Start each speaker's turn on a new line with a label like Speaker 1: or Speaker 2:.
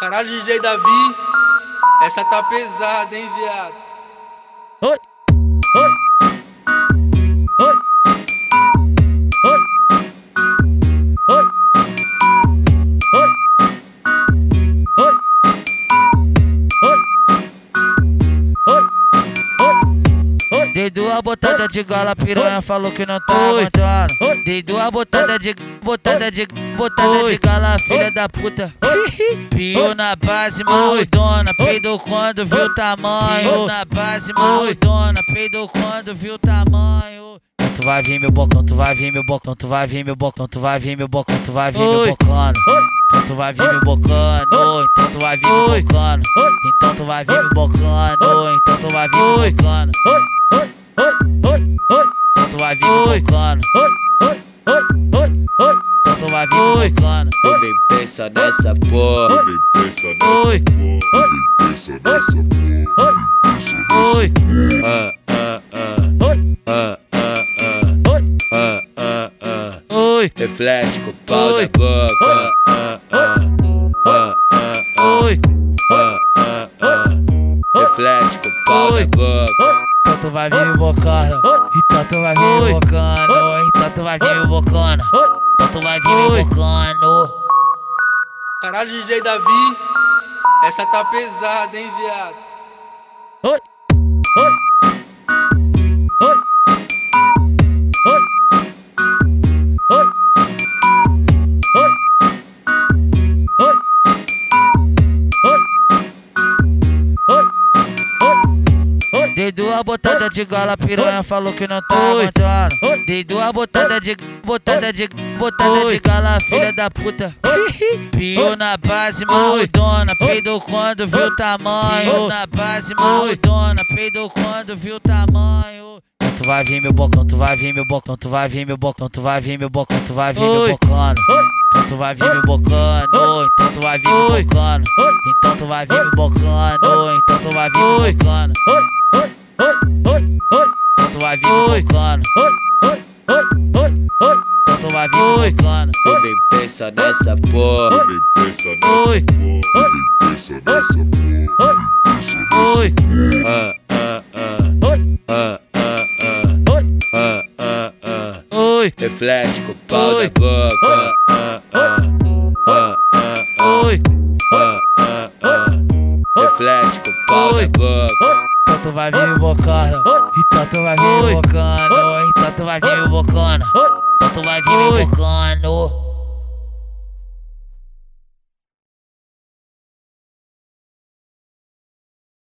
Speaker 1: Caralho, DJ Davi, essa tá pesada, hein, viado?
Speaker 2: Oi, oi, oi, oi, oi, oi, oi, oi, oi, oi.
Speaker 3: Dei duas botadas de gala, piranha falou que não tá aguentando. Dei duas botadas de botada de botada de gala, filha da puta. Piu na base, maldona, peidou quando viu o tamanho. Piu na base, maldona, peidou quando viu o tamanho. Tu vai vir meu bocão, tu vai vir meu bocão, tu vai vir meu bocão, tu vai vir meu bocão, tu vai vir meu bocano. Então tu vai vir meu bocano, então tu vai vir meu bocano. Então tu vai vir meu bocano, então tu vai vir meu bocano.
Speaker 2: Oi, oi, oi, oi,
Speaker 3: Então tu vai vir meu bocano,
Speaker 2: oi, oi, oi, oi, oi.
Speaker 3: então tu vai vir meu bocano.
Speaker 4: Eu vem pensa nessa porra.
Speaker 5: Vem pensa nessa
Speaker 3: Oi.
Speaker 5: porra, vem pensa nessa porra, vem pensa nessa
Speaker 3: Oi,
Speaker 4: Ah, ah,
Speaker 2: Oi.
Speaker 4: ah, ah, ah, ah,
Speaker 2: Oi.
Speaker 4: ah, ah, ah.
Speaker 3: oi,
Speaker 4: Reflete com o pau
Speaker 3: Oi.
Speaker 4: da boca. Ah, ah, ah, ah, ah,
Speaker 3: oi.
Speaker 4: ah, ah, ah. Reflete com o pau da
Speaker 3: Oi.
Speaker 4: boca.
Speaker 3: Então tu vai vir meu bocano, então tu vai vir meu bocano, então tu vai vir meu bocano, então tu vai vir meu bocano.
Speaker 1: Caralho, DJ Davi, essa tá pesada, hein, viado?
Speaker 2: Oi, oi, oi, oi, oi, oi, oi, oi, oi, oi, oi.
Speaker 3: Dei duas botadas de gala, piranha falou que não tá aguentando. Dei duas botadas de botada de botada de gala, filha da puta. Piu na base, maldona, peidou quando viu o tamanho. Piu na base, maldona, peidou quando viu o tamanho. Então Tu vai vir meu bocão, tu vai vir meu bocão, tu vai vir meu bocão, tu vai vir meu bocão, tu vai vir meu
Speaker 2: Oi.
Speaker 3: bocano.
Speaker 2: Oi,
Speaker 3: Então tu vai vir meu bocano, então tu vai vir meu
Speaker 2: Oi.
Speaker 3: bocano. Então tu vai vir meu bocano, então tu vai vir meu
Speaker 2: Oi.
Speaker 3: bocano.
Speaker 2: oi, oi, oi, oi, oi,
Speaker 3: Então tu vai vir meu bocano.
Speaker 2: oi, oi, oi, oi, oi.
Speaker 3: Então tu vai vir meu bocano.
Speaker 4: Eu vem pensa nessa porra.
Speaker 5: porra, vem pensa nessa porra, vem pensa nessa porra, vem pensa nessa
Speaker 3: Oi,
Speaker 4: Ah, ah, ah,
Speaker 2: Oi,
Speaker 4: ah, ah,
Speaker 2: oi,
Speaker 4: ah, ah, ah, ah.
Speaker 3: oi,
Speaker 4: Reflete com o pau
Speaker 3: Oi.
Speaker 4: da boca. Ah, ah, ah, ah, ah.
Speaker 3: oi.
Speaker 4: Ah, ah, ah. Reflete com o pau
Speaker 3: Oi.
Speaker 4: da boca.
Speaker 2: oi,
Speaker 3: Então tu vai vir meu bocano.
Speaker 2: oi,
Speaker 3: Então tu vai vir meu
Speaker 2: Oi.
Speaker 3: bocano. Então tu vai vir meu bocano.
Speaker 2: oi.
Speaker 3: Então tu vai vir meu bocano.